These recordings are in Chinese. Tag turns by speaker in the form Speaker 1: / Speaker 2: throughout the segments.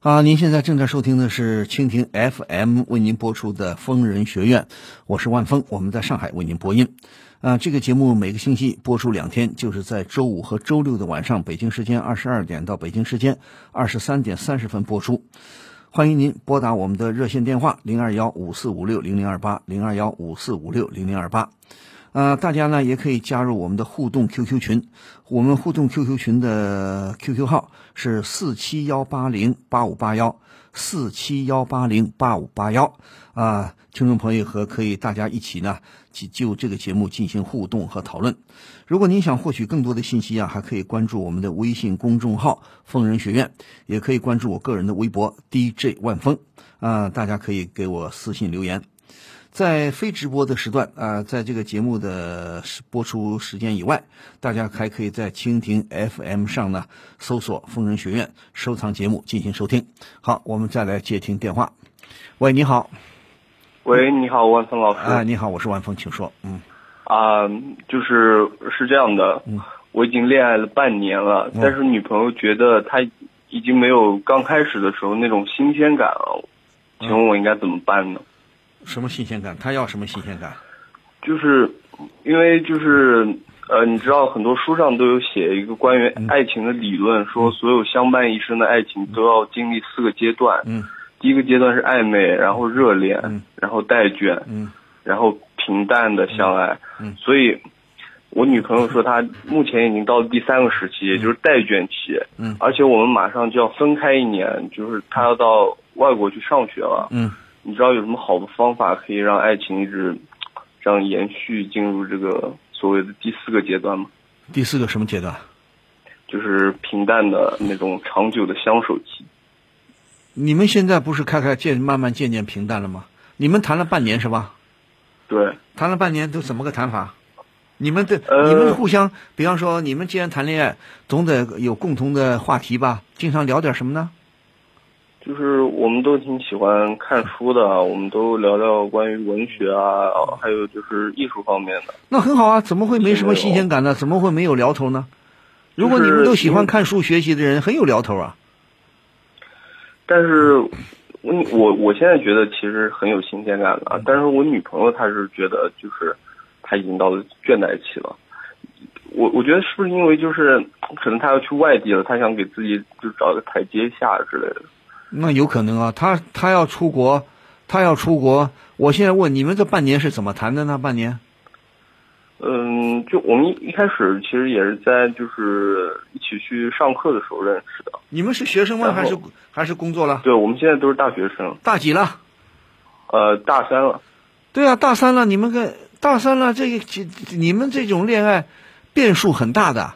Speaker 1: 啊，您现在正在收听的是蜻蜓 FM 为您播出的《疯人学院》，我是万峰，我们在上海为您播音。啊，这个节目每个星期播出两天，就是在周五和周六的晚上，北京时间二十二点到北京时间二十三点三十分播出。欢迎您拨打我们的热线电话零二幺五四五六零零二八零二幺五四五六零零二八。呃，大家呢也可以加入我们的互动 QQ 群，我们互动 QQ 群的 QQ 号是四七幺八零八五八幺四七幺八零八五八幺啊，听众朋友和可以大家一起呢，就就这个节目进行互动和讨论。如果您想获取更多的信息啊，还可以关注我们的微信公众号“疯人学院”，也可以关注我个人的微博 DJ 万峰啊，大家可以给我私信留言。在非直播的时段啊、呃在这个节目的时播出时间以外，大家还可以在蜻蜓 FM 上呢搜索“疯人学院”，收藏节目进行收听。好，我们再来接听电话。喂，你好，
Speaker 2: 喂，你好，万峰老师。
Speaker 1: 啊、你好，我是万峰，请说。嗯，
Speaker 2: 啊、就是是这样的，
Speaker 1: 嗯
Speaker 2: 我已经恋爱了半年了，
Speaker 1: 嗯
Speaker 2: 但是女朋友觉得她已经没有刚开始的时候那种新鲜感了，
Speaker 1: 嗯
Speaker 2: 请问我应该怎么办呢？
Speaker 1: 什么新鲜感？他要什么新鲜感？
Speaker 2: 就是因为就是呃，你知道很多书上都有写一个关
Speaker 1: 嗯
Speaker 2: 于爱情的理论，说所有相伴一生的爱情都要经历四个阶段，
Speaker 1: 嗯
Speaker 2: 第一个阶段是暧昧，然后热恋，
Speaker 1: 嗯
Speaker 2: 然后待倦，
Speaker 1: 嗯
Speaker 2: 然后平淡的相爱。
Speaker 1: 嗯嗯
Speaker 2: 所以，我女朋友说她目前已经到了第三个时期，也就是待倦期。
Speaker 1: 嗯
Speaker 2: 而且我们马上就要分开一年，就是她要到外国去上学了。
Speaker 1: 嗯，
Speaker 2: 你知道有什么好的方法可以让爱情一直这样延续进入这个所谓的第四个阶段吗？
Speaker 1: 第四个什么阶段？
Speaker 2: 就是平淡的那种长久的相守期。
Speaker 1: 你们现在不是开开渐慢慢渐渐平淡了吗？你们谈了半年是吧？
Speaker 2: 对，
Speaker 1: 谈了半年都怎么个谈法？你们的、
Speaker 2: 呃
Speaker 1: 你们互相，比方说你们既然谈恋爱，总得有共同的话题吧？经常聊点什么呢？
Speaker 2: 就是我们都挺喜欢看书的，啊我们都聊聊关于文学啊，还有就是艺术方面的。
Speaker 1: 那很好啊，怎么会没什
Speaker 2: 哦
Speaker 1: 么新鲜感呢？怎么会没有聊头呢？如果你们都喜欢看书学习的人，很有聊头啊。
Speaker 2: 但是我，我我现在觉得其实很有新鲜感的啊，但是我女朋友她是觉得就是她已经到了倦怠期了。我我觉得是不是因为就是可能她要去外地了，她想给自己就找个台阶下之类的。
Speaker 1: 那有可能啊，他他要出国，他要出国。我现在问你们这半年是怎么谈的呢？半年，
Speaker 2: 嗯，就我们一一开始其实也是在就是一起去上课的时候认识的。
Speaker 1: 你们是学生吗？
Speaker 2: 然后
Speaker 1: 还是还是工作了？
Speaker 2: 对，我们现在都是大学生，
Speaker 1: 大几了？
Speaker 2: 呃，大三了。
Speaker 1: 对啊，大三了，你们跟大三了，这个这你们这种恋爱变数很大的，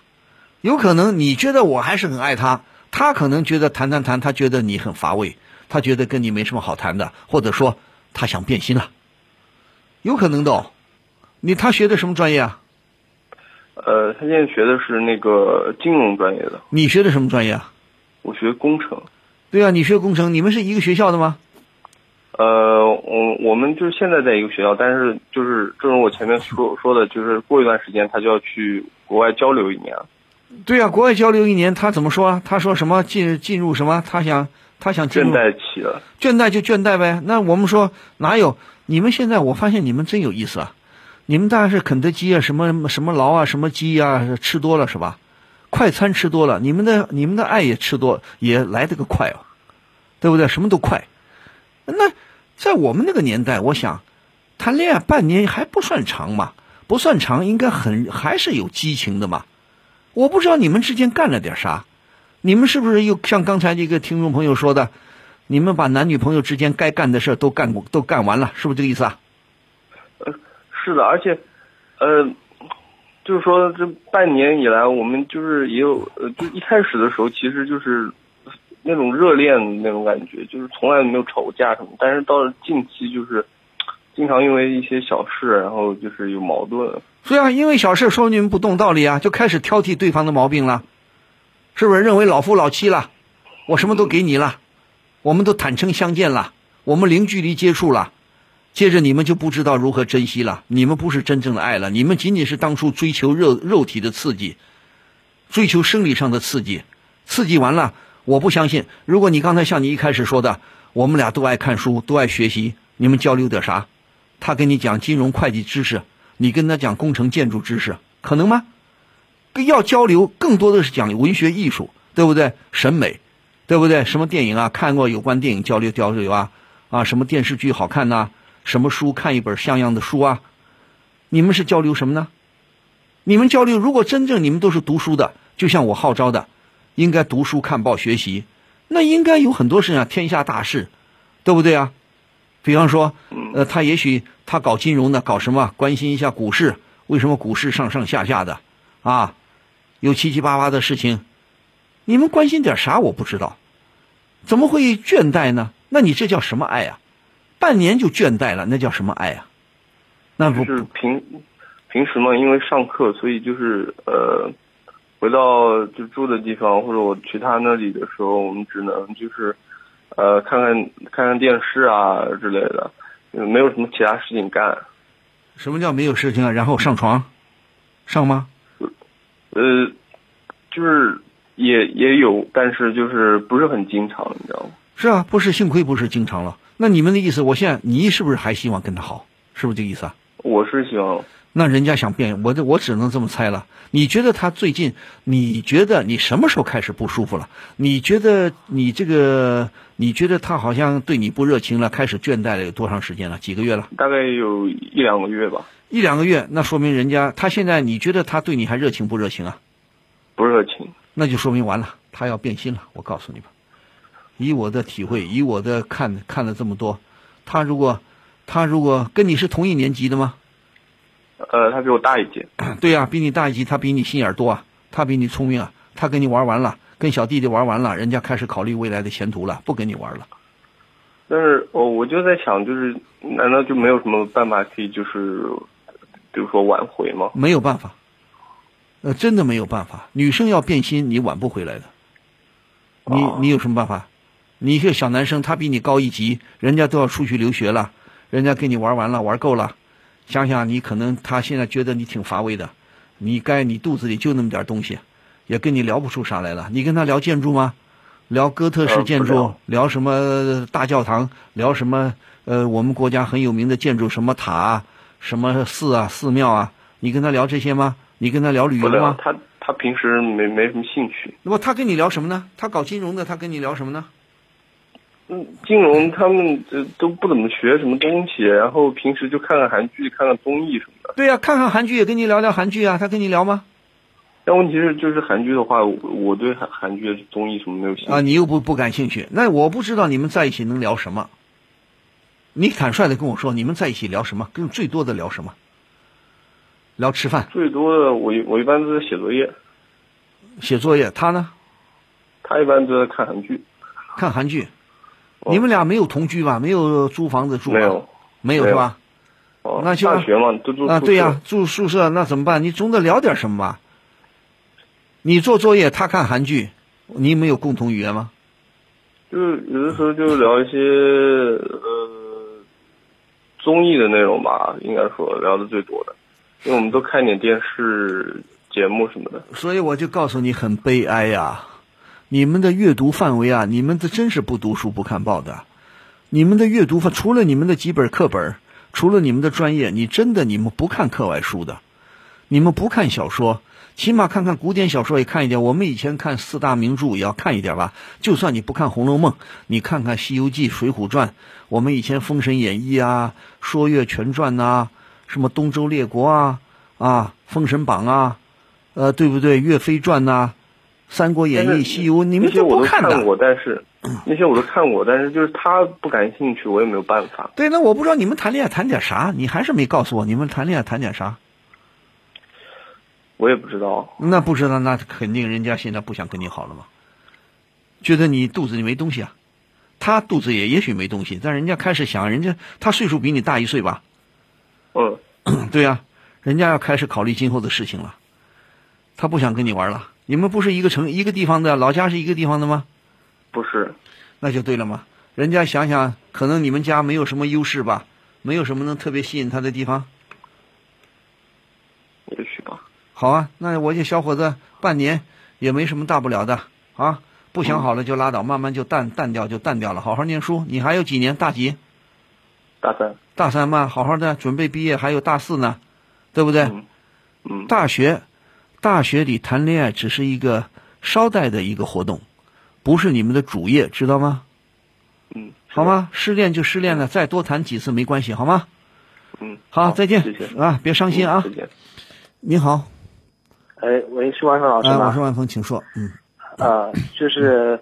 Speaker 1: 有可能你觉得我还是很爱他，他可能觉得谈谈谈，他觉得你很乏味，他觉得跟你没什么好谈的，或者说他想变心了，有可能的哦。你他学的什么专业啊？
Speaker 2: 呃，他现在学的是那个金融专业的，
Speaker 1: 你学的什么专业啊？
Speaker 2: 我学工程。
Speaker 1: 对啊，你学工程，你们是一个学校的吗？
Speaker 2: 呃，我我们就是现在在一个学校，但是就是正如我前面说说的，就是过一段时间他就要去国外交流一年。
Speaker 1: 对啊，国外交流一年，他怎么说啊？他说什么进进入什么？他想他想进
Speaker 2: 倦
Speaker 1: 入
Speaker 2: 怠期了，
Speaker 1: 倦怠就倦怠呗。那我们说哪有？你们现在我发现你们真有意思啊！你们大概是肯德基啊，什么什么劳啊，什么鸡啊，吃多了是吧？快餐吃多了，你们的你们的爱也吃多，也来得个快哦，对不对？什么都快。那在我们那个年代，我想谈恋爱半年还不算长嘛，不算长，应该很还是有激情的嘛。我不知道你们之间干了点啥，你们是不是又像刚才这个听众朋友说的，你们把男女朋友之间该干的事儿都干过，都干完了，是不是这个意思啊？
Speaker 2: 是的，而且，呃，就是说这半年以来，我们就是也有，呃，就一开始的时候，其实就是那种热恋的那种感觉，就是从来没有吵过架什么，但是到了近期就是经常因为一些小事，然后就是有矛盾。
Speaker 1: 对啊，因为小事说你们不懂道理啊，就开始挑剔对方的毛病了，是不是认为老夫老妻了？我什么都给你了，我们都坦诚相见了，我们零距离接触了，接着你们就不知道如何珍惜了，你们不是真正的爱了，你们仅仅是当初追求肉肉体的刺激，追求生理上的刺激，刺激完了，我不相信。如果你刚才像你一开始说的，我们俩都爱看书，都爱学习，你们交流点啥？他跟你讲金融会计知识，你跟他讲工程建筑知识，可能吗？要交流更多的是讲文学艺术，对不对？审美，对不对？什么电影啊？看过有关电影交流交流啊啊！什么电视剧好看呐、什么书看一本像样的书啊？你们是交流什么呢？你们交流，如果真正你们都是读书的，就像我号召的，应该读书看报学习，那应该有很多事情啊，天下大事，对不对啊？比方说，
Speaker 2: 嗯
Speaker 1: 呃，他也许他搞金融的，搞什么，关心一下股市，为什么股市上上下下的，啊，有七七八八的事情，你们关心点啥？我不知道，怎么会倦怠呢？那你这叫什么爱啊？半年就倦怠了，那叫什么爱啊？那不
Speaker 2: 就是平平时嘛，因为上课，所以就是呃，回到就住的地方或者我去他那里的时候，我们只能就是呃看看看看电视啊之类的，嗯没有什么其他事情干。
Speaker 1: 什么叫没有事情啊？然后上床，上吗？
Speaker 2: 呃，就是也也有，但是就是不是很经常，你知道吗？
Speaker 1: 是啊，不是，幸亏不是经常了。那你们的意思，我现在你是不是还希望跟他好？是不是这个意思啊？
Speaker 2: 我是希望
Speaker 1: 那人家想变，我这我只能这么猜了。你觉得他最近，你觉得你什么时候开始不舒服了？你觉得你这个，你觉得他好像对你不热情了，开始倦怠了，有多长时间了？几个月了？
Speaker 2: 大概有一两个月吧，
Speaker 1: 一两个月，那说明人家他现在你觉得他对你还热情不热情啊？
Speaker 2: 不热情。
Speaker 1: 那就说明完了，他要变心了。我告诉你吧，以我的体会，以我的看看了这么多，他如果他如果跟你是同一年级的吗？
Speaker 2: 呃，他比我大一届，
Speaker 1: 对呀、比你大一级，他比你心眼儿多啊，他比你聪明啊，他跟你玩完了，跟小弟弟玩完了，人家开始考虑未来的前途了，不跟你玩了。
Speaker 2: 但是我、哦、我就在想，就是难道就没有什么办法可以就是，比如说挽回吗？
Speaker 1: 没有办法，呃，真的没有办法。女生要变心，你挽不回来的。你
Speaker 2: 哦
Speaker 1: 你有什么办法？你一个小男生，他比你高一级，人家都要出去留学了，人家跟你玩完了，玩够了，想想你可能他现在觉得你挺乏味的，你该你肚子里就那么点东西，也跟你聊不出啥来了。你跟他聊建筑吗？聊哥特
Speaker 2: 呃
Speaker 1: 式
Speaker 2: 不
Speaker 1: 建筑，
Speaker 2: 聊
Speaker 1: 聊什么大教堂，聊什么呃我们国家很有名的建筑，什么塔啊，什么寺啊、寺庙啊，你跟他聊这些吗？你跟他聊旅
Speaker 2: 不
Speaker 1: 游
Speaker 2: 聊，
Speaker 1: 吗？
Speaker 2: 他他平时没没什么兴趣。
Speaker 1: 那么他跟你聊什么呢？他搞金融的，他跟你聊什么呢？
Speaker 2: 嗯，金融他们呃都不怎么学什么东西，然后平时就看看韩剧、看看综艺什么的。
Speaker 1: 对呀、看看韩剧也跟你聊聊韩剧啊，他跟你聊吗？
Speaker 2: 但问题是，就是韩剧的话，我我对韩韩剧的综艺什么没有兴趣。
Speaker 1: 啊，你又不不感兴趣，那我不知道你们在一起能聊什么。你坦率的跟我说，你们在一起聊什么？跟最多的聊什么？聊吃饭、
Speaker 2: 最多的我一我一般都在写作业，
Speaker 1: 写作业。他呢，
Speaker 2: 他一般都在看韩剧。
Speaker 1: 看韩剧。
Speaker 2: 哦
Speaker 1: 你们俩没有同居吧？没有租房子住吧？
Speaker 2: 没有，
Speaker 1: 没有
Speaker 2: 没
Speaker 1: 是
Speaker 2: 有
Speaker 1: 吧？
Speaker 2: 哦，
Speaker 1: 哦那就
Speaker 2: 大学嘛，都住
Speaker 1: 啊，
Speaker 2: 宿
Speaker 1: 对呀、
Speaker 2: 舍
Speaker 1: 住宿舍那怎么办？你总得聊点什么吧？你做作业，他看韩剧，你们有共同语言吗？
Speaker 2: 就是有的时候就聊一些呃综艺的内容吧，应该说聊的最多的，因为我们都看点电视节目什么的。
Speaker 1: 所以我就告诉你，很悲哀呀、你们的阅读范围啊，你们这真是不读书不看报的。你们的阅读范，除了你们的几本课本，除了你们的专业，你真的你们不看课外书的，你们不看小说，起码看看古典小说也看一点。我们以前看四大名著也要看一点吧。就算你不看《红楼梦》，你看看《西游记》《水浒传》，我们以前《封神演义》啊，《说岳全传》呐，什么《东周列国》啊，啊，《封神榜》啊，呃，对不对？《岳飞传》呐，《三国演义
Speaker 2: 但》是
Speaker 1: 《西游》，你
Speaker 2: 那
Speaker 1: 们
Speaker 2: 些我
Speaker 1: 不
Speaker 2: 都
Speaker 1: 看
Speaker 2: 看
Speaker 1: 的。
Speaker 2: 过，但是那些我都看过，但是 就是他不感兴趣，我也没有办法。
Speaker 1: 对，那我不知道你们谈恋爱谈点啥，你还是没告诉我你们谈恋爱谈点啥。
Speaker 2: 我也不知道，
Speaker 1: 那不知道，那肯定人家现在不想跟你好了嘛，觉得你肚子里没东西啊，他肚子也也许没东西，但人家开始想，人家他岁数比你大一岁吧，
Speaker 2: 嗯，
Speaker 1: 对呀、人家要开始考虑今后的事情了，他不想跟你玩了。你们不是一个城一个地方的，老家是一个地方的吗？
Speaker 2: 不是，
Speaker 1: 那就对了嘛。人家想想，可能你们家没有什么优势吧，没有什么能特别吸引他的地方。
Speaker 2: 也许吧。
Speaker 1: 好啊，那我这小伙子半年也没什么大不了的啊，不想好了就拉倒，慢慢就淡淡掉就淡掉了。好好念书，你还有几年？大几？
Speaker 2: 大三，
Speaker 1: 大三嘛，好好的准备毕业，还有大四呢，对不对？
Speaker 2: 嗯嗯，
Speaker 1: 大学，大学里谈恋爱只是一个捎带的一个活动，不是你们的主业，知道吗？
Speaker 2: 嗯，是
Speaker 1: 好？吗？失恋就失恋了，再多谈几次没关系，好吗？
Speaker 2: 嗯，
Speaker 1: 好，再见
Speaker 2: 谢谢，嗯
Speaker 1: 啊，别伤心啊
Speaker 2: 再！见。
Speaker 1: 你好，
Speaker 3: 哎，喂，是万峰老师
Speaker 1: 啊，
Speaker 3: 吗？
Speaker 1: 我是万峰，请说。嗯
Speaker 3: 啊、就是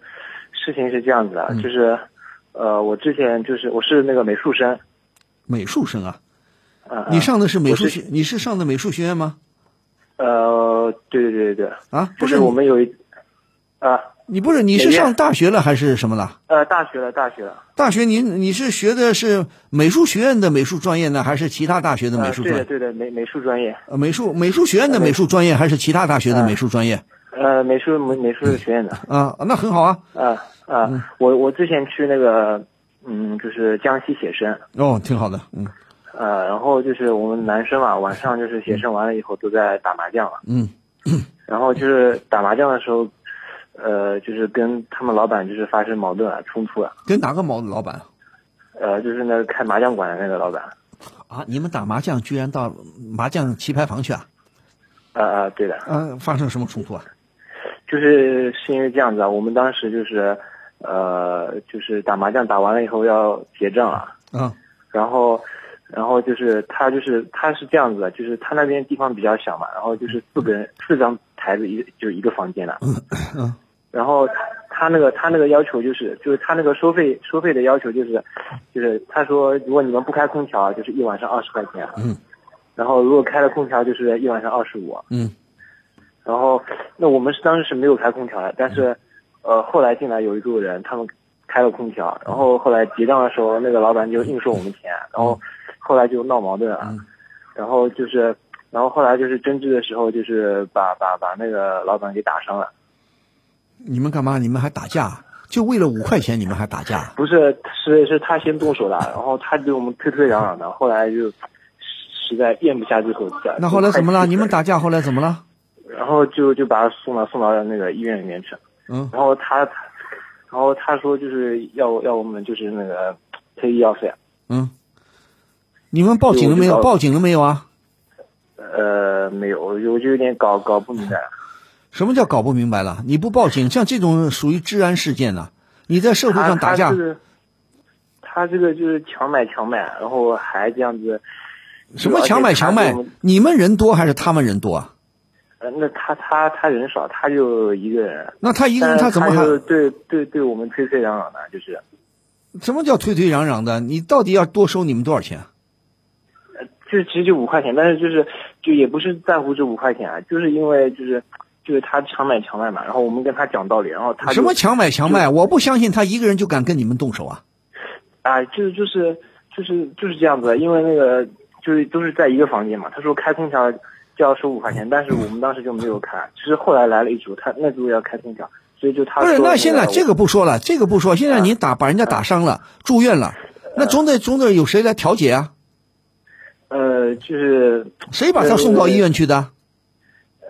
Speaker 3: 事情是这样子的，
Speaker 1: 嗯
Speaker 3: 就是呃，我之前就是我是那个美术生，
Speaker 1: 美术生啊，
Speaker 3: 啊、
Speaker 1: 你上的是美术
Speaker 3: 我
Speaker 1: 学，你是上的美术学院吗？
Speaker 3: 呃，对对对对对，
Speaker 1: 啊，不
Speaker 3: 就是是我们有一啊
Speaker 1: 你，你不是你是
Speaker 3: 美院
Speaker 1: 上大学了还是什么了？
Speaker 3: 呃大学了大学了，
Speaker 1: 大学你你是学的是美术学院的美术专业呢，还是其他大学的
Speaker 3: 啊、
Speaker 1: 美术
Speaker 3: 对
Speaker 1: 专
Speaker 3: 的对的美美术专业，
Speaker 1: 呃美术美术学院的美术专业，还是其他大
Speaker 3: 啊
Speaker 1: 学的美术专业？
Speaker 3: 呃美术美美术学院的，
Speaker 1: 啊，那很好啊，
Speaker 3: 啊啊，我我之前去那个嗯就是江西写生，
Speaker 1: 哦，挺好的，嗯
Speaker 3: 呃，然后就是我们男生嘛，晚上就是写生完了以后都在打麻将嘛。
Speaker 1: 嗯
Speaker 3: 然后就是打麻将的时候，呃，就是跟他们老板就是发生矛盾啊、冲突啊，
Speaker 1: 跟哪个毛老板
Speaker 3: 呃，就是那个开麻将馆的那个老板，
Speaker 1: 啊？你们打麻将居然到麻将棋牌房去啊？
Speaker 3: 啊、啊、对的，
Speaker 1: 啊，发生什么冲突啊？
Speaker 3: 就是是因为这样子啊，我们当时就是，呃，就是打麻将打完了以后要结账啊，
Speaker 1: 啊，
Speaker 3: 然后，然后就是他就是他是这样子的，就是他那边地方比较小嘛，然后就是四个人四张台子一就是一个房间的，
Speaker 1: 嗯
Speaker 3: 然后他他那个他那个要求就是就是他那个收费收费的要求就是，就是他说如果你们不开空调，就是一晚上二十块钱，啊
Speaker 1: 嗯，
Speaker 3: 然后如果开了空调就是一晚上二十五，
Speaker 1: 嗯
Speaker 3: 然后那我们是当时是没有开空调的，但
Speaker 1: 嗯
Speaker 3: 是呃后来进来有一组人他们开了空调，然后后来结账的时候那个老板就硬收我们钱，然后后来就闹矛盾了，
Speaker 1: 嗯
Speaker 3: 然后就是然后后来就是争执的时候就是把把把那个老板给打伤了。
Speaker 1: 你们干嘛？你们还打架？啊就为了五块钱，你们还打架？啊
Speaker 3: 不是，是是他先动手的，
Speaker 1: 嗯
Speaker 3: 然后他对我们推推攘攘的，后来就实在咽不下这口气了。
Speaker 1: 那后来怎么了？你们
Speaker 3: 打，
Speaker 1: 打架后来怎么了？
Speaker 3: 然后就就把他送到送到那个医院里面去，
Speaker 1: 嗯
Speaker 3: 然后他，他然后他说就是要要我们就是那个赔医药费，啊
Speaker 1: 嗯，你们报警了没
Speaker 3: 我
Speaker 1: 有？
Speaker 3: 就告
Speaker 1: 报警了没有啊？
Speaker 3: 呃，没有，我就我就有点搞搞不明白了。
Speaker 1: 什么叫搞不明白了？你不报警，像这种属于治安事件呢、你嗯在社会
Speaker 3: 他
Speaker 1: 上打
Speaker 3: 他
Speaker 1: 架
Speaker 3: 这，个他这个就是强买强卖，然后还这样子，
Speaker 1: 什么强买强
Speaker 3: 而且
Speaker 1: 卖
Speaker 3: 他对我们？
Speaker 1: 你们人多还是他们人多啊？
Speaker 3: 呃，那他他他人少，他就一个人，
Speaker 1: 那他一个人
Speaker 3: 但
Speaker 1: 他怎么
Speaker 3: 呃就
Speaker 1: 还？
Speaker 3: 对对对我们推推攘攘的，就是
Speaker 1: 什么叫推推攘攘的？你到底要多收你们多少钱？啊
Speaker 3: 就是其实就五块钱，但是就是就也不是在乎这五块钱啊，就是因为就是就是他强买强卖嘛，然后我们跟他讲道理，然后他就
Speaker 1: 什么强买强卖？我不相信他一个人就敢跟你们动手啊！
Speaker 3: 啊、就是就是就是就是这样子，因为那个就是都是在一个房间嘛，他说开空调就要收五块钱，但是我们当时就没有开，只是后来来了一组，他那组要开空调，所以就他
Speaker 1: 不是，
Speaker 3: 说啊
Speaker 1: 那现在
Speaker 3: 个
Speaker 1: 这个不说了，这个不说，现在你打把人家打伤了，住院了，那总得总得有谁来调解啊？
Speaker 3: 呃就是
Speaker 1: 谁把他送到医院去的？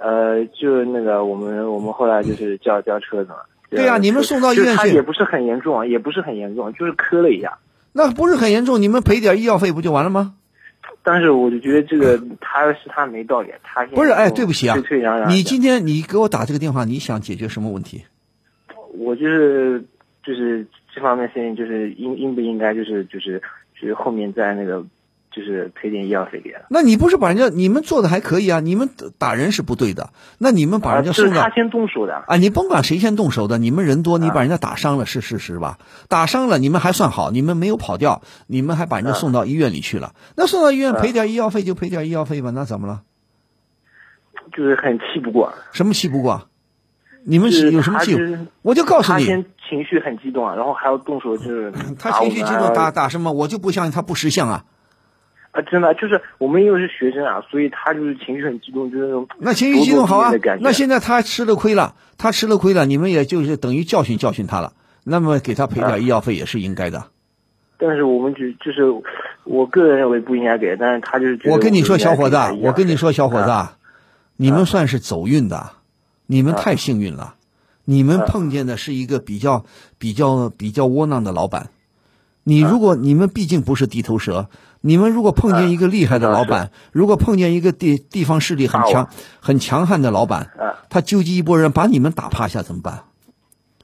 Speaker 3: 呃，就是那个我们我们后来就是叫叫车子嘛。
Speaker 1: 对呀
Speaker 3: 啊，
Speaker 1: 你们送到医
Speaker 3: 就是
Speaker 1: 院
Speaker 3: 他
Speaker 1: 去
Speaker 3: 也不是很严重，啊也不是很严重，就是磕了一下。
Speaker 1: 那不是很严重，你们赔点医药费不就完了吗？
Speaker 3: 但是我就觉得这个他是他没道理，他
Speaker 1: 不是，哎，对不起啊
Speaker 3: 退退攘攘，的
Speaker 1: 你今天你给我打这个电话，你想解决什么问题？
Speaker 3: 我就是就是这方面事情，就是应应不应该就是就是就是后面再那个就是赔点医药费给他。
Speaker 1: 那你不是把人家你们做的还可以啊？你们打人是不对的，那你们把
Speaker 3: 啊，
Speaker 1: 人家
Speaker 3: 就是
Speaker 1: 送到
Speaker 3: 他先动手的，
Speaker 1: 啊，你甭管谁先动手的，你们人多，你把人家打伤了是事实吧？打伤了你们还算好，你们没有跑掉，你们还把人家送到医院里去了。那送到医院赔点医药费就赔点医药费吧，那怎么了？
Speaker 3: 就是很气不过。
Speaker 1: 什么气不过？你们
Speaker 3: 就是
Speaker 1: 有什么
Speaker 3: 他
Speaker 1: 气
Speaker 3: 就是？
Speaker 1: 我就告诉
Speaker 3: 他
Speaker 1: 你，嗯
Speaker 3: 先情绪很激动啊，然后还要动手，就是
Speaker 1: 他
Speaker 3: 打
Speaker 1: 情
Speaker 3: 我
Speaker 1: 绪激
Speaker 3: 们啊
Speaker 1: 动打打什么？我就不相信他不识相啊！
Speaker 3: 啊，真的就是我们又是学生啊，所以他就是情绪很激动，就是那种
Speaker 1: 那情绪激动好啊
Speaker 3: 咄咄逼人的感，觉
Speaker 1: 那现在他吃了亏了，他吃了亏了，你们也就是等于教训教训他了，那么给他赔
Speaker 3: 啊
Speaker 1: 点医药费也是应该的。
Speaker 3: 但是我们只就是我个人认为不应该给，但是他就是觉得
Speaker 1: 我跟你说，
Speaker 3: 们应该
Speaker 1: 小伙子
Speaker 3: 给他
Speaker 1: 啊，
Speaker 3: 一样
Speaker 1: 我跟你说，小伙子啊，你们算是走运的，你们太幸运了。你们碰见的是一个比较比较比较窝囊的老板。你如果你们毕竟不是地头蛇，你们如果碰见一个厉害的老板，如果碰见一个地地方势力很
Speaker 3: 打
Speaker 1: 强
Speaker 3: 我、
Speaker 1: 很强悍的老板
Speaker 3: 嗯，
Speaker 1: 他纠集一拨人把你们打趴下怎么办？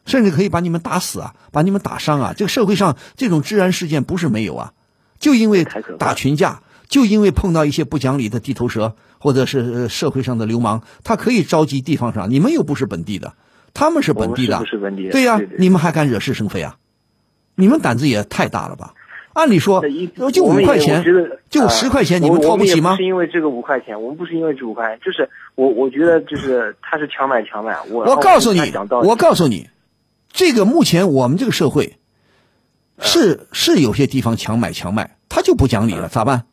Speaker 1: 甚至可以把你们打死啊，把你们打伤啊！这个社会上这种治安事件不是没有啊，就因为
Speaker 3: 太可怕
Speaker 1: 打
Speaker 3: 了
Speaker 1: 群架，就因为碰到一些不讲理的地头蛇或者是呃社会上的流氓，他可以召集地方上，你们又不是本地的，他们是
Speaker 3: 我
Speaker 1: 本
Speaker 3: 们
Speaker 1: 地
Speaker 3: 是
Speaker 1: 的，
Speaker 3: 不是本地人？
Speaker 1: 对呀、
Speaker 3: 对对
Speaker 1: 你们还敢惹是生非啊？你们胆子也太大了吧？按理说
Speaker 3: 那一，
Speaker 1: 哦就
Speaker 3: 我
Speaker 1: 五
Speaker 3: 们也
Speaker 1: 块
Speaker 3: 我
Speaker 1: 钱
Speaker 3: 觉得，
Speaker 1: 就
Speaker 3: 呃
Speaker 1: 十块钱，
Speaker 3: 我
Speaker 1: 你们掏
Speaker 3: 我
Speaker 1: 不
Speaker 3: 们也
Speaker 1: 起吗
Speaker 3: 不是？因为这个五块钱，我们不是因为这五块钱，就是我我觉得就是他是强买强卖。我
Speaker 1: 我告诉你
Speaker 3: 然后讲，道理
Speaker 1: 我告诉你，这个目前我们这个社会
Speaker 3: 嗯
Speaker 1: 是是有些地方强买强卖，他就不讲理
Speaker 3: 嗯
Speaker 1: 了，咋办？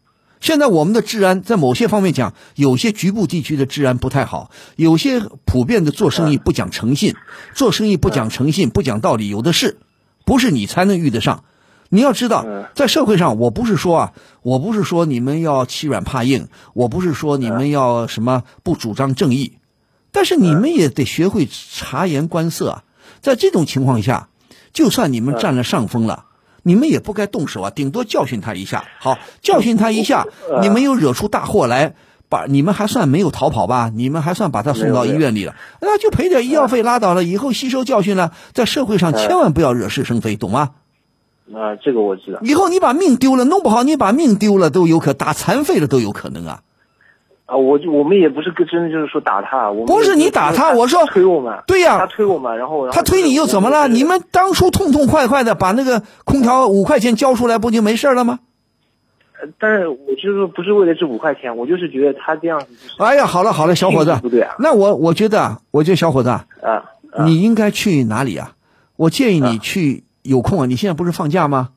Speaker 1: 现在我们的治安在某些方面讲，有些局部地区的治安不太好，有些普遍的做生
Speaker 3: 嗯
Speaker 1: 意不讲诚信，做生意不讲诚信、不讲道理，有的是，不是你才能遇得上。你要知道
Speaker 3: 嗯，
Speaker 1: 在社会上，我不是说啊，我不是说你们要欺软怕硬，我不是说你
Speaker 3: 嗯
Speaker 1: 们要什么不主张正义，但是你们也得学会察言观色啊。在这种情况下，就算你们占了上风了，你们也不该动手啊，顶多教训他一下。好，教训他一下，你们又惹出大祸来，把你们还算没有逃跑吧？你们还算把他送到医院里了，那就赔点医药费拉倒了，以后吸收教训了，在社会上千万不要惹是生非，懂吗？
Speaker 3: 啊、这个我知道
Speaker 1: 以后你把命丢了，弄不好你把命丢了都有可，打残废了都有可能啊。
Speaker 3: 啊，我就我们也不是跟真的就是说打他，我们
Speaker 1: 不是你打他我说
Speaker 3: 推我们，
Speaker 1: 对呀
Speaker 3: 他推我们，然后然后
Speaker 1: 他推你又怎么了？你们当初痛痛快快的把那个空调五块钱交出来，不就没事了吗？
Speaker 3: 呃但是我就是说不是为了这五块钱，我就是觉得他这样子就是
Speaker 1: 哎呀，好了好了，小伙子
Speaker 3: 嗯不对啊，
Speaker 1: 那我我觉得啊，我觉得小伙子啊，
Speaker 3: 啊，啊
Speaker 1: 你应该去哪里啊？我建议
Speaker 3: 嗯
Speaker 1: 你去有空啊，你现在不是放假吗？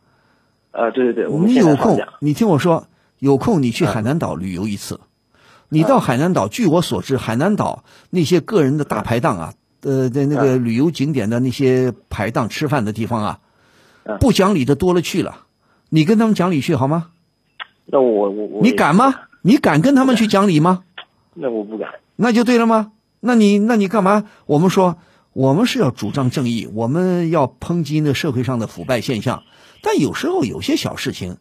Speaker 3: 啊，对对对，我们
Speaker 1: 你
Speaker 3: 现在
Speaker 1: 有
Speaker 3: 放
Speaker 1: 空
Speaker 3: 假，嗯
Speaker 1: 你听我说，有空你去海南岛旅游一次。你到海南岛，据我所知，海南岛那些个人的大排档啊，呃，在那个旅游景点的那些排档吃饭的地方啊，
Speaker 3: 嗯
Speaker 1: 不讲理的多了去了。你跟他们讲理去好吗？
Speaker 3: 那我我我
Speaker 1: 你敢吗？？你敢跟他们去讲理 吗？
Speaker 3: 那我不敢，
Speaker 1: 那就对了吗？那你那你干嘛？我们说我们是要主张正义，我们要抨击那社会上的腐败现象，但有时候有些小事情，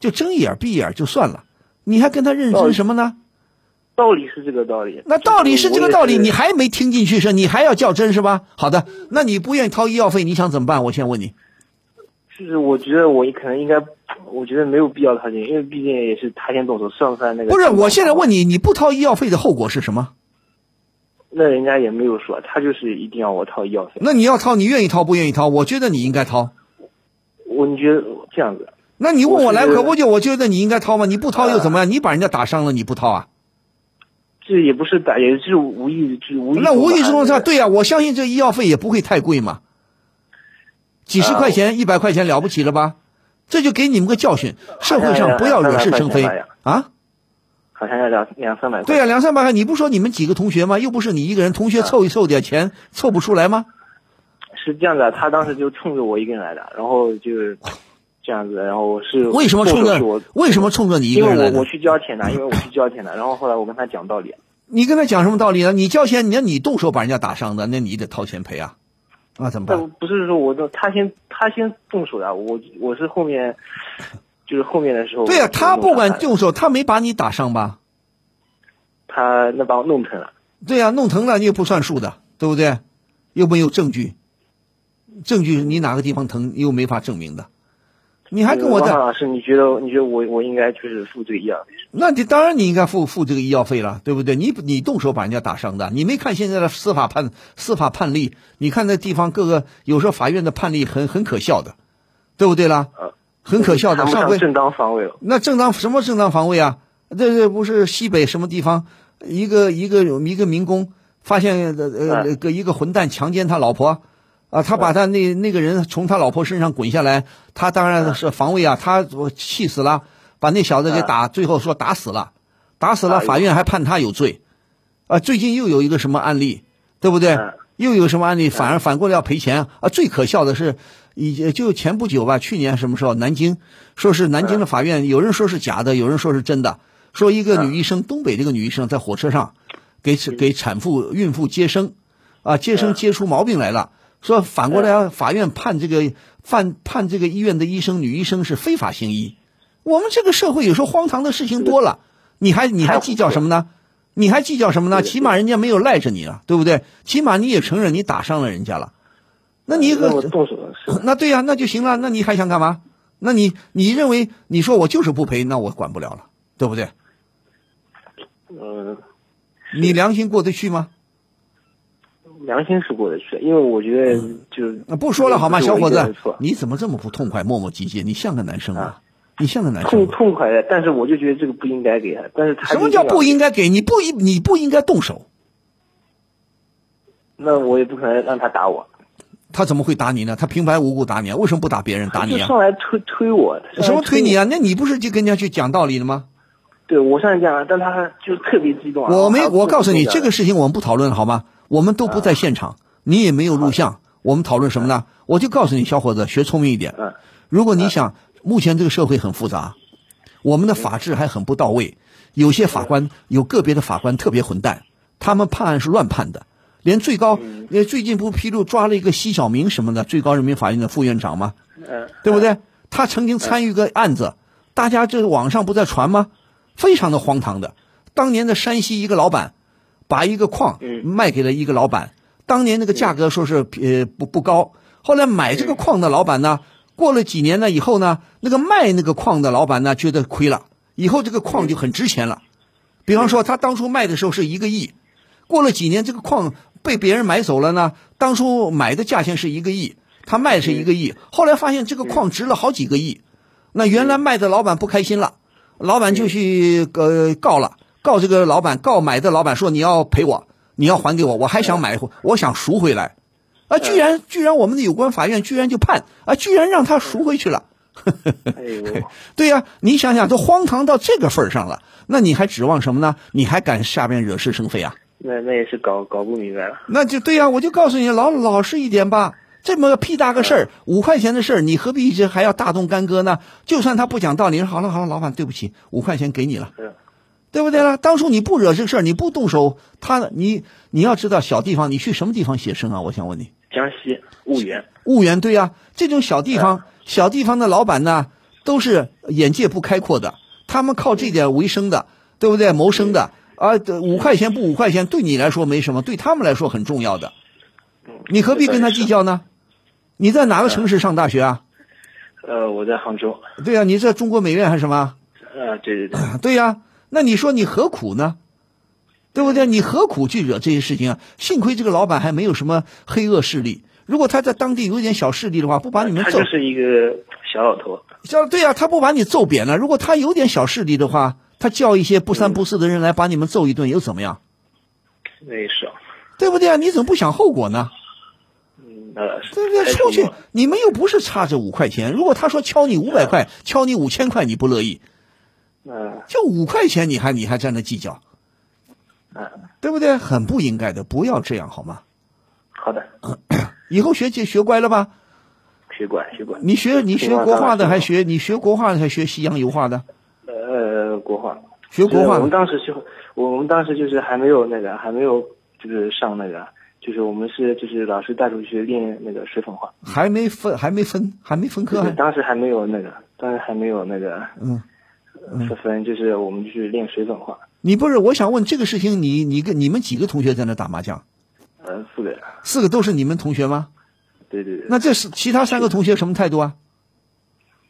Speaker 1: 就睁一眼闭一眼就算了，你还跟他认真什么呢？
Speaker 3: 道理是这个道理，
Speaker 1: 那道理是这个道理，
Speaker 3: 哦我也是
Speaker 1: 你还没听进去是？你还要较真是吧？好的，那你不愿意掏医药费，你想怎么办？我先问你，
Speaker 3: 就是我觉得我可能应该，我觉得没有必要掏钱，因为毕竟也是他先动手，上算那啊个
Speaker 1: 不是？我现在问你，你不掏医药费的后果是什么？
Speaker 3: 那人家也没有说，他就是一定要我掏医药费。
Speaker 1: 那你要掏，你愿意掏不愿意掏？我觉得你应该掏。
Speaker 3: 我你觉得这样子，
Speaker 1: 那你问我
Speaker 3: 我是啊
Speaker 1: 来，
Speaker 3: 觉得
Speaker 1: 可不就我觉得你应该掏吗？你不掏又怎么样？你把人家打伤了，你不掏啊？
Speaker 3: 这也不是打，也是无意之无意。
Speaker 1: 那无意之中他
Speaker 3: 他
Speaker 1: 对呀、我相信这医药费也不会太贵嘛，几十
Speaker 3: 啊
Speaker 1: 块钱、一百块钱了不起了吧？这就给你们个教训，
Speaker 3: 哎
Speaker 1: 社会上不要惹是生非
Speaker 3: 哎呀哎呀
Speaker 1: 啊！
Speaker 3: 好像要两两三百块。
Speaker 1: 对啊呀、两三百块，你不说你们几个同学吗？又不是你一个人，同
Speaker 3: 啊
Speaker 1: 学凑一凑点钱，凑不出来吗？
Speaker 3: 是这样子啊，他当时就冲着我一个人来的，然后就这样子，然后我是
Speaker 1: 为什么冲
Speaker 3: 动手
Speaker 1: 着
Speaker 3: 是我？
Speaker 1: 为什么冲着你一
Speaker 3: 因
Speaker 1: 个
Speaker 3: 为
Speaker 1: 人来
Speaker 3: 我
Speaker 1: 的
Speaker 3: 我？去交钱的，因为我去交钱的，然后后来我跟他讲道理，
Speaker 1: 你跟他讲什么道理呢？你交钱，你要你动手把人家打伤的，那你得掏钱赔啊！那怎么办
Speaker 3: 但？不是说我的他先他先动手的，我我是后面就是后面的时候。
Speaker 1: 对呀、
Speaker 3: 我就
Speaker 1: 他不
Speaker 3: 弄
Speaker 1: 管
Speaker 3: 他
Speaker 1: 动手，他没把你打伤吧？
Speaker 3: 他那把我弄疼了，
Speaker 1: 对呀、弄疼了你也不算数的，对不对？又没有证据，证据你哪个地方疼又没法证明的，你还跟我
Speaker 3: 王
Speaker 1: 在，
Speaker 3: 老师，你觉得你觉得我我应该就是付这个医药费？
Speaker 1: 那你当然你应该付付这个医药费了，对不对？你你动手把人家打伤的，你没看现在的司法判司法判例？你看那地方各个有时候法院的判例很很可笑的，对不对啦？
Speaker 3: 呃
Speaker 1: 很可笑的，
Speaker 3: 谈不
Speaker 1: 上回
Speaker 3: 上正当防卫了。
Speaker 1: 那正当什么正当防卫啊？这这不是西北什么地方？一个一个有一个民工发现呃呃
Speaker 3: 嗯
Speaker 1: 个一个混蛋强奸他老婆，啊，他把他那那个人从他老婆身上滚下来，他当
Speaker 3: 嗯
Speaker 1: 然是防卫啊，他我气死了，把那小子给打，最后说打死了，打死了，
Speaker 3: 哎呦
Speaker 1: 法院还判他有罪，啊，最近又有一个什么案例，对不对？
Speaker 3: 嗯
Speaker 1: 又有什么案例？反而反过来要赔钱啊！最可笑的是，也就前不久吧，去年什么时候，南京说是南京的法院，有人说是假的，有人说是真的，说一个女医生，东北这个女医生在火车上给给产妇孕妇接生，啊，接生接出毛病来了，说反过来啊，法院判这个判判这个医院的医生女医生是非法行医。我们这个社会有时候荒唐的事情多了，你还你还计较什么呢？你还计较什么呢？
Speaker 3: 对
Speaker 1: 起码人家没有赖着你啊，对不对？起码你也承认你打伤了人家了，那你
Speaker 3: 那我动手了， 是的
Speaker 1: 那对呀、那就行了。那你还想干嘛？那你你认为你说我就是不赔，那我管不了了，对不对？
Speaker 3: 嗯、
Speaker 1: 你良心过得去吗？
Speaker 3: 良心是过得去的，因为我觉得就
Speaker 1: 那嗯啊不说了好吗，
Speaker 3: 不是
Speaker 1: 小
Speaker 3: 嗯我
Speaker 1: 伙
Speaker 3: 一个人
Speaker 1: 子
Speaker 3: 的错，
Speaker 1: 你怎么这么不痛快、磨磨唧唧？你像个男生啊
Speaker 3: 啊，
Speaker 1: 你像个男生
Speaker 3: 痛
Speaker 1: 啊。
Speaker 3: 痛快的，但是我就觉得这个不应该给他，但是他
Speaker 1: 什么
Speaker 3: 就
Speaker 1: 叫
Speaker 3: 硬要
Speaker 1: 不应该给？你不应你不应该动手，
Speaker 3: 那我也不可能让他打我，
Speaker 1: 他怎么会打你呢？他平白无故打你啊？为什么不打别人打
Speaker 3: 就
Speaker 1: 你啊？
Speaker 3: 上来推推我，他上来
Speaker 1: 什么推你
Speaker 3: 我？
Speaker 1: 啊？那你不是就跟人家去讲道理了吗？
Speaker 3: 对我上来讲了，但他就特别激动啊。
Speaker 1: 我没，
Speaker 3: 然后
Speaker 1: 我告诉你，
Speaker 3: 他
Speaker 1: 这个事情我们不讨论好吗？我们都不
Speaker 3: 嗯
Speaker 1: 在现场，你也没有录像，我们讨论什么呢？我就告诉你，小伙子，学聪明一点。
Speaker 3: 嗯
Speaker 1: 如果你想，目前这个社会很复杂，我们的法制还很不到位，有些法官有个别的法官特别混蛋，他们判案是乱判的，连最高，
Speaker 3: 嗯
Speaker 1: 呃，最近不披露抓了一个奚晓明什么的，最高人民法院的副院长吗？
Speaker 3: 嗯，
Speaker 1: 对不对？他曾经参与个案子，大家这网上不在传吗？非常的荒唐的。当年的山西一个老板，把一个矿
Speaker 3: 嗯
Speaker 1: 卖给了一个老板，当年那个价格说是呃不不高，后来买这个矿的老板呢，过了几年呢以后呢，那个卖那个矿的老板呢觉得亏了，以后这个矿就很值钱了。比方说他当初卖的时候是一个亿，过了几年，这个矿被别人买走了呢。当初买的价钱是一个亿，他卖的是一个亿，后来发现这个矿值了好几个亿，那原来卖的老板不开心了，老板就去呃告了，告这个老板，告买的老板说你要赔我，你要还给我，我还想买回，我想赎回来，啊，居然居然我们的有关法院居然就判啊，居然让他赎回去了。
Speaker 3: 哎呦，
Speaker 1: 对呀、你想想，都荒唐到这个份儿上了，那你还指望什么呢？你还敢下边惹是生非啊？
Speaker 3: 那那也是搞搞不明白了。
Speaker 1: 那就对呀、我就告诉你，老老实一点吧。这么个屁大个事儿，五块钱的事儿，你何必这还要大动干戈呢？就算他不讲道理，好了好了，老板对不起，五块钱给你了
Speaker 3: 是，
Speaker 1: 对不对啦？当初你不惹这个事儿，你不动手，他你你要知道，小地方你去什么地方写生啊？我想问你，
Speaker 3: 江西婺源，
Speaker 1: 婺源对呀、这种小地方，小地方的老板呢，都是眼界不开阔的，他们靠这点为生的，对不对？谋生的啊，对五块钱不五块钱，对你来说没什么，对他们来说很重要的。你何必跟他计较呢？你在哪个城市上大学啊？
Speaker 3: 呃，我在杭州，
Speaker 1: 对呀、你在中国美院还是什么？
Speaker 3: 呃，对对对，
Speaker 1: 对呀、那你说你何苦呢？对不对？你何苦去惹这些事情啊？幸亏这个老板还没有什么黑恶势力，如果他在当地有一点小势力的话，不把你们
Speaker 3: 他
Speaker 1: 揍
Speaker 3: 就是一个小老头，
Speaker 1: 像对呀、他不把你揍扁了。如果他有点小势力的话，他叫一些不三不四的人来把你们揍一顿，又怎么样？
Speaker 3: 那也是，
Speaker 1: 对不对啊？你怎么不想后果呢？
Speaker 3: 嗯，那倒是
Speaker 1: 对不对？
Speaker 3: 太
Speaker 1: 出
Speaker 3: 幽
Speaker 1: 去
Speaker 3: 默了
Speaker 1: 你们又不是差这五块钱。如果他说敲你五百块，敲你五千块，你不乐意？
Speaker 3: 嗯
Speaker 1: 就五块钱，你还你还在那计较，
Speaker 3: 嗯，
Speaker 1: 对不对？很不应该的，不要这样好吗？
Speaker 3: 好的，
Speaker 1: 以后学姐学乖了吧？
Speaker 3: 学管学管，
Speaker 1: 你学你
Speaker 3: 啊
Speaker 1: 学国画的，还学你学国画的，还学西洋油画的，
Speaker 3: 呃国画。
Speaker 1: 学国
Speaker 3: 是啊
Speaker 1: 画
Speaker 3: 我们
Speaker 1: 的
Speaker 3: 当时就，我们当时就是还没有那个，还没有就是上那个，就是我们是就是老师带出去练那个水粉画，
Speaker 1: 还没分，还没分，还没分科啊
Speaker 3: 就是
Speaker 1: 还，
Speaker 3: 当时还没有那个，当时还没有那个
Speaker 1: 嗯。
Speaker 3: 分分，就是我们去练水粉画，
Speaker 1: 你不是，我想问这个事情你，你跟你们几个同学在那打麻将？
Speaker 3: 呃，四个人，
Speaker 1: 四个都是你们同学吗？
Speaker 3: 对对对，
Speaker 1: 那这是其他三个同学什么态度啊？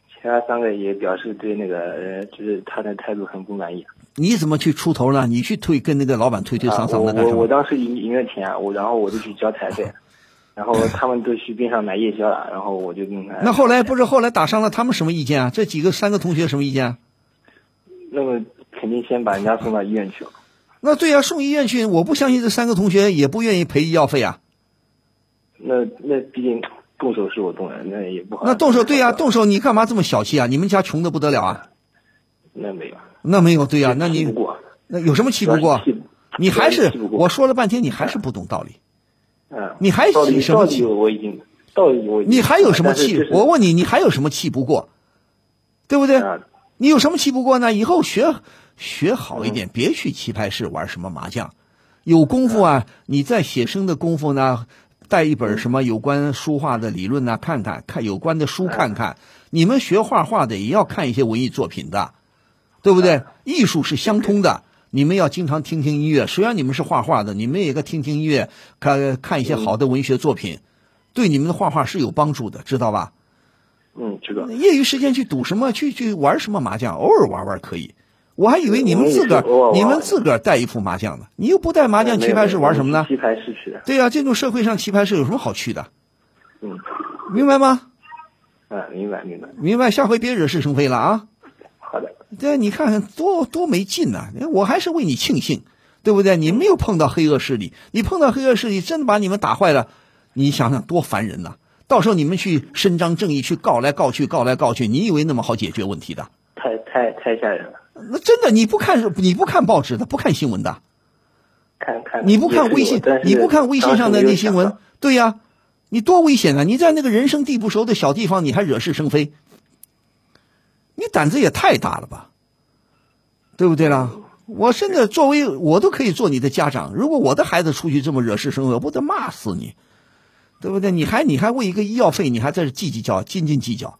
Speaker 3: 其他三个也表示对那个呃，就是他的态度很不满意。
Speaker 1: 你怎么去出头呢？你去推跟那个老板推推搡
Speaker 3: 啊
Speaker 1: 搡
Speaker 3: 我
Speaker 1: 的干什
Speaker 3: 我
Speaker 1: 么？
Speaker 3: 我当时赢赢了钱啊，我然后我就去交台费，然后他们都去边上买夜宵了，然后我就跟他
Speaker 1: 那后来不是后来打伤了，他们什么意见啊？这几个三个同学什么意见啊？
Speaker 3: 那么肯定先把人家送到医院去了。
Speaker 1: 那对呀、送医院去，我不相信这三个同学也不愿意赔医药费啊。
Speaker 3: 那那毕竟动手是我动的，那也不好。
Speaker 1: 那动手对 呀、动手你干嘛这么小气啊？你们家穷的不得了啊？
Speaker 3: 那没有。
Speaker 1: 那没有对 呀、那
Speaker 3: 气不
Speaker 1: 你
Speaker 3: 过，
Speaker 1: 那有什么气
Speaker 3: 主要
Speaker 1: 不
Speaker 3: 是
Speaker 1: 过？
Speaker 3: 气不
Speaker 1: 你还
Speaker 3: 主要
Speaker 1: 是
Speaker 3: 气不过
Speaker 1: 我说了半天，你还是不懂道理。
Speaker 3: 嗯，
Speaker 1: 你还
Speaker 3: 道
Speaker 1: 气
Speaker 3: 理
Speaker 1: 什么
Speaker 3: 道
Speaker 1: 气
Speaker 3: 理我已经道理我已经啊
Speaker 1: 你还有什么
Speaker 3: 但是
Speaker 1: 气？
Speaker 3: 就是
Speaker 1: 我问你，你还有什么气不过？对不对？
Speaker 3: 啊
Speaker 1: 你有什么气不过呢？以后学学好一点，别去棋牌室玩什么麻将，有功夫啊，你在写生的功夫呢，带一本什么有关书画的理论呐、看看看有关的书看看。你们学画画的也要看一些文艺作品的，对不对？艺术是相通的。你们要经常听听音乐，虽然你们是画画的，你们也该听听音乐，看看一些好的文学作品，对你们的画画是有帮助的，知道吧？
Speaker 3: 嗯，知道。
Speaker 1: 业余时间去赌什么，去去玩什么麻将，偶尔玩玩可以。我还以为你们自个
Speaker 3: 我也是偶尔
Speaker 1: 儿，
Speaker 3: 玩
Speaker 1: 你们自个儿带一副麻将呢，你又不带麻将，棋牌室玩什么呢？
Speaker 3: 棋牌室去的。
Speaker 1: 对呀、这种社会上棋牌室有什么好去的？
Speaker 3: 嗯，
Speaker 1: 明白吗？
Speaker 3: 啊，明白明白。
Speaker 1: 明白，下回别惹是生非了啊！
Speaker 3: 好的，
Speaker 1: 对，你看看多多没劲呐、我还是为你庆幸，对不对？你没有碰到黑恶势力，你碰到黑恶势力真的把你们打坏了，你想想多烦人呐、到时候你们去伸张正义，去告来告去，告来告去，你以为那么好解决问题的？
Speaker 3: 太太太吓人了。
Speaker 1: 那真的你不看你不看报纸的，不看新闻的，
Speaker 3: 看看
Speaker 1: 你不看微信，你不看微信上的那新闻，对呀、你多危险啊！你在那个人生地不熟的小地方，你还惹是生非，你胆子也太大了吧，对不对啦？我甚至作为我都可以做你的家长，如果我的孩子出去这么惹是生非，我不得骂死你，对不对？你还你还为一个医药费，你还在这计计较斤斤计较，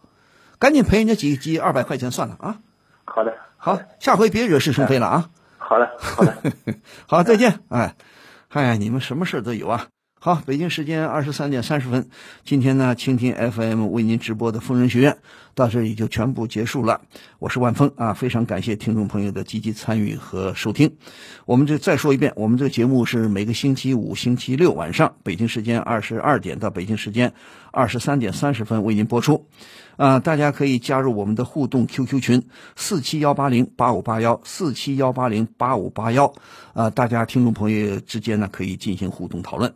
Speaker 1: 赶紧赔人家几几二百块钱算了啊！
Speaker 3: 好的，
Speaker 1: 好，下回别惹是生非了啊！
Speaker 3: 好的，好的，
Speaker 1: 好，再见。哎，哎，你们什么事儿都有啊。好，北京时间二十三点三十分，今天呢，蜻蜓 FM 为您直播的《疯人学院》到这里就全部结束了。我是万峰啊，非常感谢听众朋友的积极参与和收听。我们这再说一遍，我们这个节目是每个星期五、星期六晚上，北京时间二十二点到北京时间二十三点三十分为您播出。啊、大家可以加入我们的互动 QQ 群四七幺八零八五八幺四七幺八零八五八幺啊，大家听众朋友之间呢可以进行互动讨论。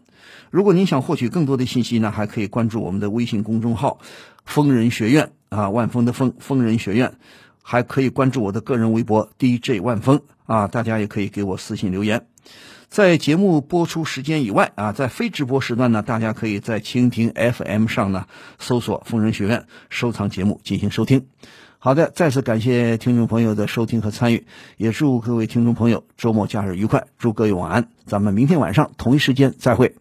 Speaker 1: 如果您想获取更多的信息呢，还可以关注我们的微信公众号“疯人学院”啊，万峰的疯，疯人学院，还可以关注我的个人微博 DJ 万峰啊，大家也可以给我私信留言。在节目播出时间以外啊，在非直播时段呢，大家可以在蜻蜓 FM 上呢搜索“疯人学院”，收藏节目进行收听。好的，再次感谢听众朋友的收听和参与，也祝各位听众朋友周末假日愉快，祝各位晚安，咱们明天晚上同一时间再会。